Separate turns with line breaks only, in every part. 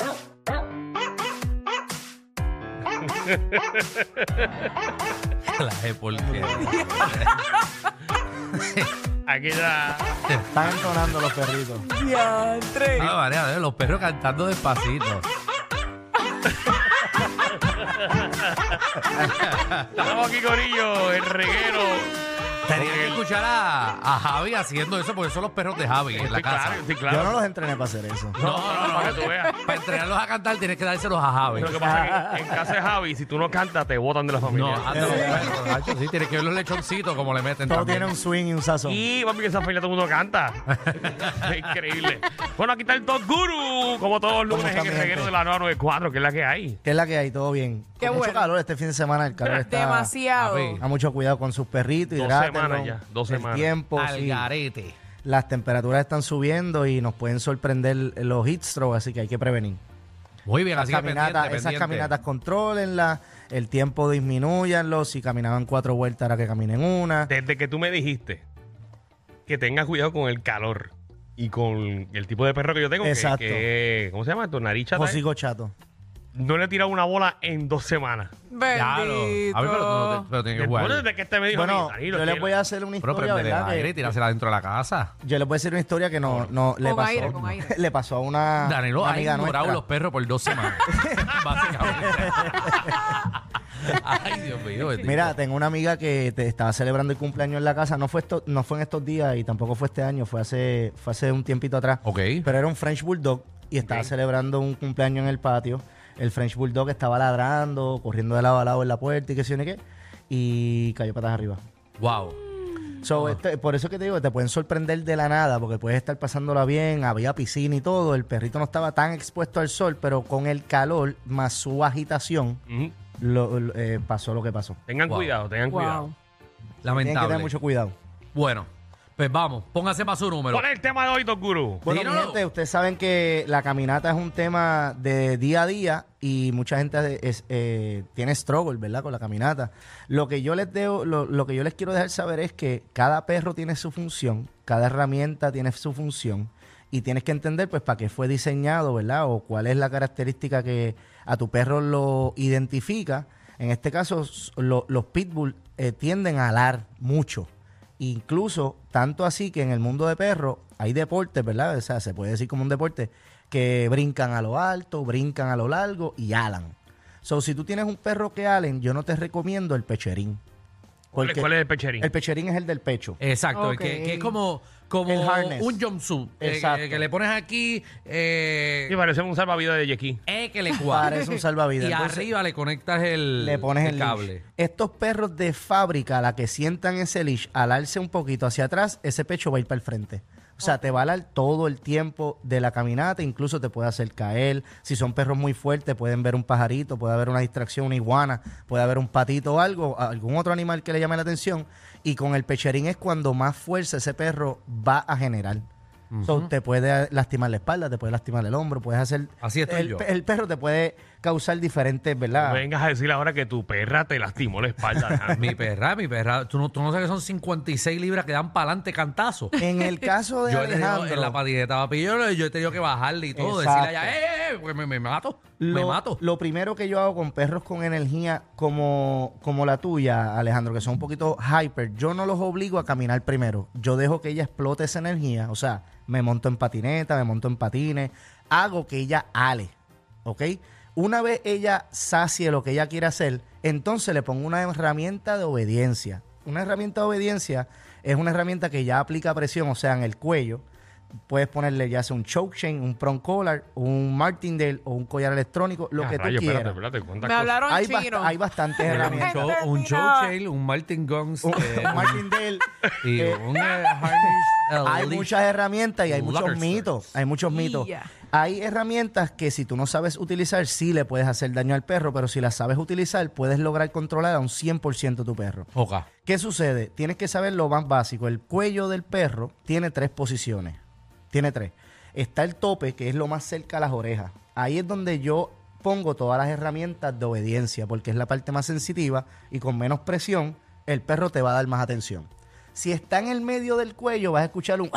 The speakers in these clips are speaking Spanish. La de porquería.
Aquí está.
Están entonando los perritos.
Diantre.
Ah, María, de los perros cantando despacito.
Estamos aquí, Corillo, el reguero.
Tenía que escuchar a, a Javi haciendo eso porque son los perros de Javi en la
Sí,
casa.
claro, sí,
Yo no
claro.
los entrené para hacer eso.
No, no, no, para que tú veas.
Para entrenarlos a cantar tienes que dárselos a Javi.
Lo que pasa es que en casa de Javi, si tú no cantas, te botan de la
No, ah,
familia.
hazte los perros, macho, sí, tienes que ver los lechoncitos como le meten
Todo
también.
tiene un swing y un sazón.
Y papi, que esa familia todo el mundo canta. Increíble. Bueno, aquí está el Top Guru, como todos los
¿Cómo
lunes
está
en el
mi
reguero
gente?
de la 994, que es la que hay.
¿Qué es la que hay? ¿Todo bien?
Qué
Con
bueno.
Mucho calor este fin de semana. El calor está...
Demasiado.
Papi.
A mucho cuidado con sus perritos.
Dos
hidrátenlos.
semanas ya, dos semanas.
El tiempo,
Al
Pues sí.
garete.
Las temperaturas están subiendo y nos pueden sorprender eh, los heat stroke, así que hay que prevenir.
Muy bien,
Las
así que pendiente,
caminatas, esas
pendiente.
caminatas controlenlas, el tiempo disminuyanlo. Si caminaban cuatro vueltas, ahora que caminen una.
Desde que tú me dijiste que tengas cuidado con el calor y con el tipo de perro que yo tengo, que-
Exacto.
que- ¿cómo se llama esto? Naricha.
Hocico chato.
No le he tirado una bola en dos semanas.
Claro.
Bendito.
A ver, pero, no, te- pero tiene que
Después
jugar.
desde que este me dijo,
Bueno,
"Mira, Danilo,
yo les
que-
voy a hacer una
Pero
historia,
prendele el
¿verdad?
aire y
Que-
tirársela dentro de la casa.
yo les voy a decir una historia que no, no le
Con
pasó.
aire, con aire.
Le pasó a una,
Danilo
una
ha
amiga
ignorado
nuestra.
los perros por dos semanas. Básicamente. Ay, Dios mío. bendito.
Mira, tengo una amiga que te estaba celebrando el cumpleaños en la casa. No fue esto, no fue en estos días y tampoco fue este año, fue hace, fue hace un tiempito atrás.
Ok.
Pero era un French Bulldog y estaba celebrando un cumpleaños en el patio. El French Bulldog estaba ladrando, corriendo de lado a lado en la puerta y qué sé yo ni qué. Y cayó patas arriba.
Wow.
So, este- por eso que te digo, que te pueden sorprender de la nada, porque puedes estar pasándola bien, había piscina y todo, el perrito no estaba tan expuesto al sol, pero con el calor más su agitación,
Ujú.
lo- lo- eh, pasó lo que pasó.
Tengan
Wow.
cuidado, tengan cuidado.
Wow.
Tienen que
Lamentable.
tener mucho cuidado.
Bueno, pues vamos. Póngase para su número.
¿Cuál es el tema de hoy, Doc Guru?
Bueno, mi
Díralo.
gente, ustedes saben que la caminata es un tema de día a día y mucha gente es- eh, tiene struggle, ¿verdad? Con la caminata. Lo que yo les debo, lo, lo que yo les quiero dejar saber es que cada perro tiene su función, cada herramienta tiene su función y tienes que entender, pues, para qué fue diseñado, ¿verdad? O cuál es la característica que a tu perro lo identifica. En este caso, s- lo- los pitbull eh, tienden a alar mucho. Incluso, tanto así que en el mundo de perros hay deportes, ¿verdad? O sea, se puede decir como un deporte, que brincan a lo alto, brincan a lo largo y alan. So, si tú tienes un perro que alen, yo no te recomiendo el pecherín.
¿Cuál, es-
Porque
cuál es el pecherín?
el pecherín es el del pecho.
Exacto, el que,
Ok.
que es como, como
El harness.
un jumpsuit. eh,
Exacto.
que, que le pones aquí, eh,
Sí, parece un salvavidas de Yequi.
eh, que le cuadra.
Parece un
Y
salvavidas. Entonces,
arriba le conectas el,
le pones el, leash.
cable.
Estos perros de fábrica, la que sientan ese leash, alarse un poquito hacia atrás, ese pecho va a ir para el frente. O sea, te va a alar todo el tiempo de la caminata, incluso te puede hacer caer. Si son perros muy fuertes, pueden ver un pajarito, puede haber una distracción, una iguana, puede haber un patito o algo, algún otro animal que le llame la atención. Y con el pecherín es cuando más fuerza ese perro va a generar. So, te puede lastimar la espalda, te puede lastimar el hombro, puedes hacer...
Así estoy
el,
yo.
pe- el perro te puede causar diferentes, ¿verdad?
No vengas a decir ahora que tu perra te lastimó la espalda. Ah, Alejandro.
Mi perra, mi perra. Tú no, tú no sabes que son 56 libras que dan para adelante cantazo.
En el caso de
Yo he tenido en la
Alejandro,
patineta, papi, yo, yo he tenido que bajarle y todo.
Exacto.
Decirle allá, eh, eh, porque me, me mato. me
lo,
mato.
lo primero que yo hago con perros con energía como, como la tuya, Alejandro, que son un poquito hyper, yo no los obligo a caminar primero. Yo dejo que ella explote esa energía. O sea, me monto en patineta, me monto en patines, hago que ella ale. ¿Ok? Una vez ella sacie lo que ella quiere hacer, entonces le pongo una herramienta de obediencia. Una herramienta de obediencia es una herramienta que ya aplica presión, o sea, en el cuello. Puedes ponerle ya sea un choke chain, un prong collar, un martindale o un collar electrónico, lo
Ah,
que tú
rayo,
quieras.
espérate, espérate, ¿cuántas
Me
cosas?
hablaron
hay, bast-
chino.
hay bastantes
Pero un
herramientas.
show, un show
Terminado.
chain, un Martin Guns
Un,
eh,
un martindale.
y
eh,
un eh, harness. eh,
hay
leash.
muchas herramientas y hay muchos
Locker
mitos. Hay muchos mitos.
Ya.
Hay herramientas que si tú no sabes utilizar, sí le puedes hacer daño al perro, pero si las sabes utilizar, puedes lograr controlar a un 100% tu perro.
Ok.
¿Qué sucede? Tienes que saber lo más básico. El cuello del perro tiene tres posiciones. Tiene tres. Está el tope, que es lo más cerca a las orejas. Ahí es donde yo pongo todas las herramientas de obediencia, porque es la parte más sensitiva y con menos presión, el perro te va a dar más atención. Si está en el medio del cuello, vas a escuchar un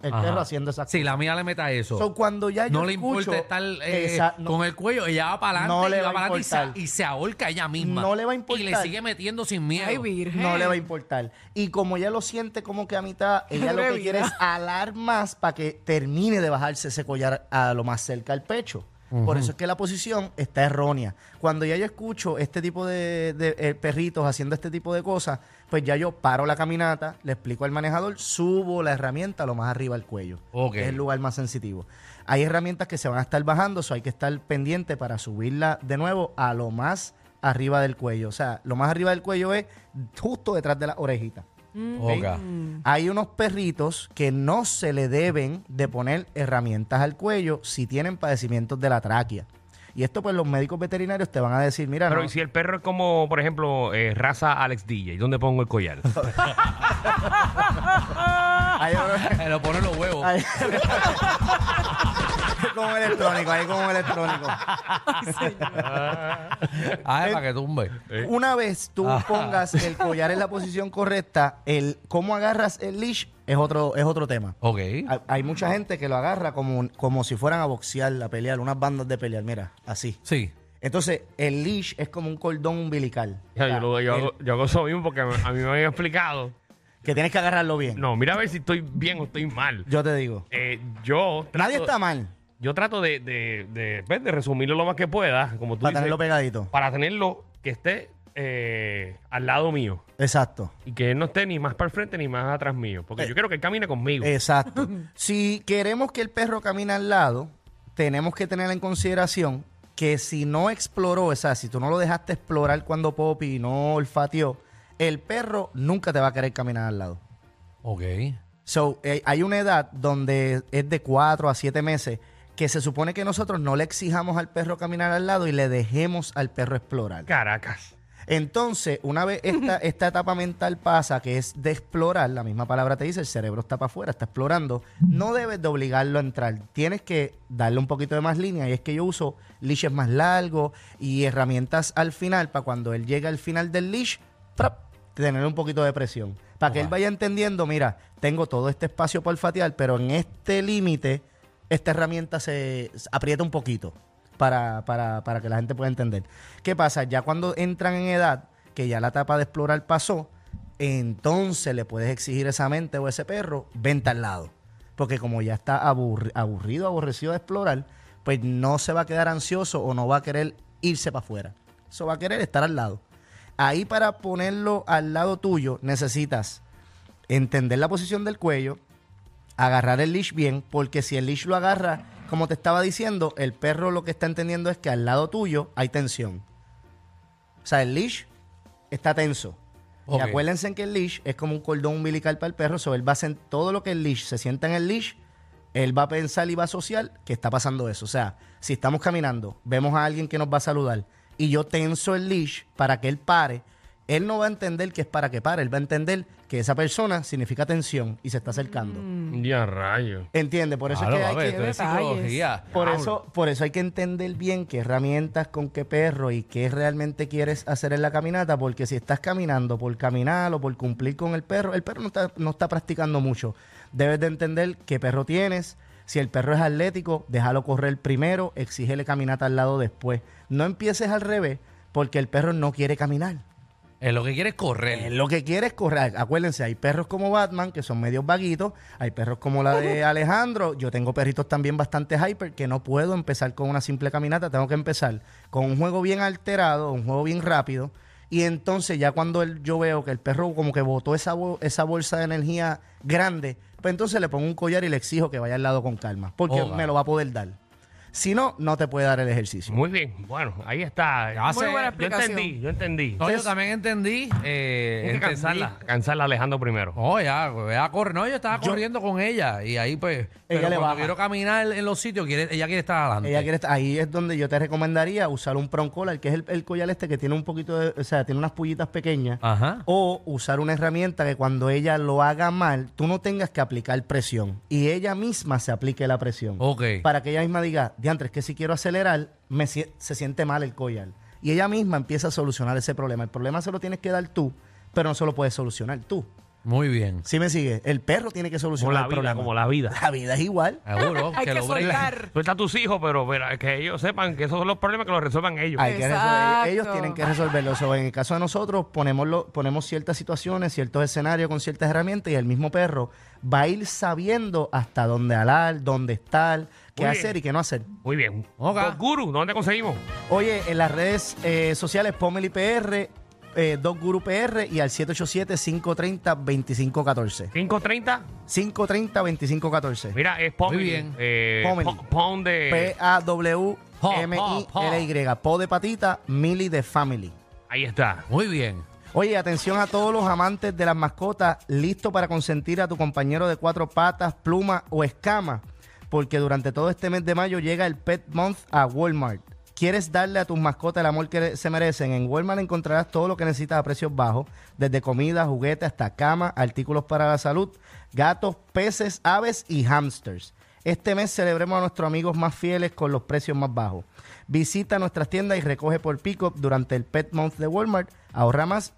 el
Ajá.
perro haciendo esas
Sí, la mía le meta eso.
So, cuando ya yo
no le
escucho-
importa estar eh,
Esa- no-
con el cuello, ella va para adelante,
No le
y
va a
va para adelante y se-
importar.
y, se ahorca ella misma.
No le va a
Y le
importar.
sigue metiendo sin miedo.
Ay, virgen.
no le va a importar. Y como ella lo siente como que a mitad, ella lo que
Atrevida.
quiere es alar más para que termine de bajarse ese collar a lo más cerca al pecho. Por eso es que la posición está errónea. Cuando ya yo escucho este tipo de, de, eh, perritos haciendo este tipo de cosas, pues ya yo paro la caminata, le explico al manejador, subo la herramienta lo más arriba al cuello.
Ok.
que es el lugar más sensitivo. Hay herramientas que se van a estar bajando, eso hay que estar pendiente para subirla de nuevo a lo más arriba del cuello. O sea, lo más arriba del cuello es justo detrás de la orejita.
Ok.
Hay unos perritos que no se le deben de poner herramientas al cuello si tienen padecimientos de la tráquea. Y esto pues los médicos veterinarios te van a decir, mira,
Pero
no,
¿y si el perro es como, por ejemplo, eh, raza Alex DJ, ¿dónde pongo el collar?
hay uno-
Se lo ponen los huevos.
hay- como electrónico, ahí como electrónico.
Ay, para que tumbe.
Una vez tú pongas el collar en la posición correcta, el cómo agarras el leash es otro, es otro tema.
Ok.
Hay, hay mucha gente que lo agarra como, un- como si fueran a boxear, a pelear, unas bandas de pelear, mira, así.
Sí.
Entonces, el leash es como un cordón umbilical.
Ya, yo, lo- yo
El-
hago, yo hago eso mismo porque a a mí me habían explicado.
que tienes que agarrarlo bien.
No, mira a ver si estoy bien o estoy mal.
Yo te digo.
Eh, yo trato,
Nadie está mal
Yo trato de, de, de, pues, de resumirlo lo más que pueda, como tú
para
dices,
tenerlo pegadito.
para tenerlo que esté eh, al lado mío
Exacto.
y que él no esté ni más para el frente ni más atrás mío, porque
Eh,
yo quiero que él camine conmigo.
Exacto. si queremos que el perro camine al lado, tenemos que tener en consideración que si no exploró, o sea, si tú no lo dejaste explorar cuando Poppy no olfateó, el perro nunca te va a querer caminar al lado.
Ok.
So, eh, hay una edad donde es de 4 a 7 meses que se supone que nosotros no le exijamos al perro caminar al lado y le dejemos al perro explorar.
Caracas.
Entonces, una vez esta, esta etapa mental pasa, que es de explorar, la misma palabra te dice, el cerebro está para afuera, está explorando, no debes de obligarlo a entrar. Tienes que darle un poquito de más línea y es que yo uso leashes más largos y herramientas al final para cuando él llegue al final del leash, ¡prap! tener un poquito de presión. Para que él vaya entendiendo, mira, tengo todo este espacio para olfatear, pero en este límite, esta herramienta se se aprieta un poquito para, para, para que la gente pueda entender. ¿Qué pasa? Ya cuando entran en edad, que ya la etapa de explorar pasó, entonces le puedes exigir a esa mente o a ese perro, vente al lado. Porque como ya está aburri- aburrido, aborrecido de explorar, pues no se va a quedar ansioso o no va a querer irse para afuera. Eso va a querer estar al lado. Ahí para ponerlo al lado tuyo necesitas entender la posición del cuello, agarrar el leash bien, porque si el leash lo agarra, como te estaba diciendo, el perro lo que está entendiendo es que al lado tuyo hay tensión. O sea, el leash está tenso.
Ok.
Y acuérdense que el leash es como un cordón umbilical para el perro, so él va a sen- todo lo que el leash se sienta en el leash, él va a pensar y va a asociar que está pasando eso. O sea, si estamos caminando, vemos a alguien que nos va a saludar y yo tenso el leash para que él pare, él no va a entender que es para que pare, él va a entender que esa persona significa tensión y se está acercando.
Ya rayo.
Entiende, por eso
Claro,
es que hay
papi,
que
esto es
detalles.
psicología.
por
Diablo.
eso, por eso hay que entender bien qué herramientas, con qué perro y qué realmente quieres hacer en la caminata, porque si estás caminando por caminar o por cumplir con el perro, el perro no está, no está practicando mucho. Debes de entender qué perro tienes. Si el perro es atlético, déjalo correr primero, exígele caminata al lado después. No empieces al revés, porque el perro no quiere caminar.
Es Eh, lo que quiere es correr.
Él Eh, lo que quiere es correr. Acuérdense, hay perros como Batman, que son medios vaguitos. Hay perros como la de Alejandro. Yo tengo perritos también bastante hyper, que no puedo empezar con una simple caminata. Tengo que empezar con un juego bien alterado, un juego bien rápido. Y entonces ya cuando él- yo veo que el perro como que botó esa, bo- esa bolsa de energía grande, pues entonces le pongo un collar y le exijo que vaya al lado con calma, porque
Oga.
me lo va a poder dar. Si no, no te puede dar el ejercicio.
Muy bien. Bueno, ahí está.
Ya sé.
buena
yo
explicación.
entendí, yo entendí.
No, yo también entendí. Eh,
Hay que
entendí.
cansarla. Cansarla a Alejandro primero.
Oh,
No, ya, pues, ella corre. No, yo estaba
Yo-
corriendo con ella y ahí pues. pero
le
cuando
baja.
quiero caminar en los sitios, quiere- ella quiere estar adelante.
Ella quiere estar- ahí es donde yo te recomendaría usar un prong collar, que es el, el collar este que tiene un poquito de, o sea, tiene unas pullitas pequeñas.
Ah.
Ajá.
O usar una herramienta que cuando ella lo haga mal, tú no tengas que aplicar presión. Y ella misma se aplique la presión.
Ok.
Para que ella misma diga, diantre, es que si quiero acelerar, me, sie- se siente mal el collar. Y ella misma empieza a solucionar ese problema. El problema se lo tienes que dar tú, pero no se lo puedes solucionar tú.
Muy bien.
Si me sigue, el perro tiene que
Como
solucionar
la
el
vida,
problema.
como la vida.
La vida es igual.
Seguro.
Hay que,
lo breguen.
soltar.
Suelta a tus hijos, pero, pero que ellos sepan que esos son los problemas que los resuelvan ellos.
Hay que resol-
Exacto.
ellos tienen que resolverlo. So, en el caso de nosotros, ponemos, lo- ponemos ciertas situaciones, ciertos escenarios con ciertas herramientas y el mismo perro va a ir sabiendo hasta dónde alar, dónde estar, qué
Muy bien.
hacer y qué no hacer.
Muy bien.
Ok.
Doc Guru, ¿dónde conseguimos?
Oye, en las redes eh, sociales, Pomeli PR, eh, Dog Guru PR y al 787-530-2514.
530.
530-2514.
Mira, es Pomeli.
Muy bien.
Eh,
Pomeli.
po- Pon de.
P-A-W-M-I-L-Y. Po de patita, Mili de Family.
Ahí está.
Muy bien.
Oye, atención a todos los amantes de las mascotas, listo para consentir a tu compañero de cuatro patas, pluma o escama, porque durante todo este mes de mayo llega el Pet Month a Walmart. ¿Quieres darle a tus mascotas el amor que se merecen? En Walmart encontrarás todo lo que necesitas a precios bajos, desde comida, juguetes hasta cama, artículos para la salud, gatos, peces, aves y hamsters. Este mes celebremos a nuestros amigos más fieles con los precios más bajos. Visita nuestras tiendas y recoge por pick-up durante el Pet Month de Walmart. Ahorra más y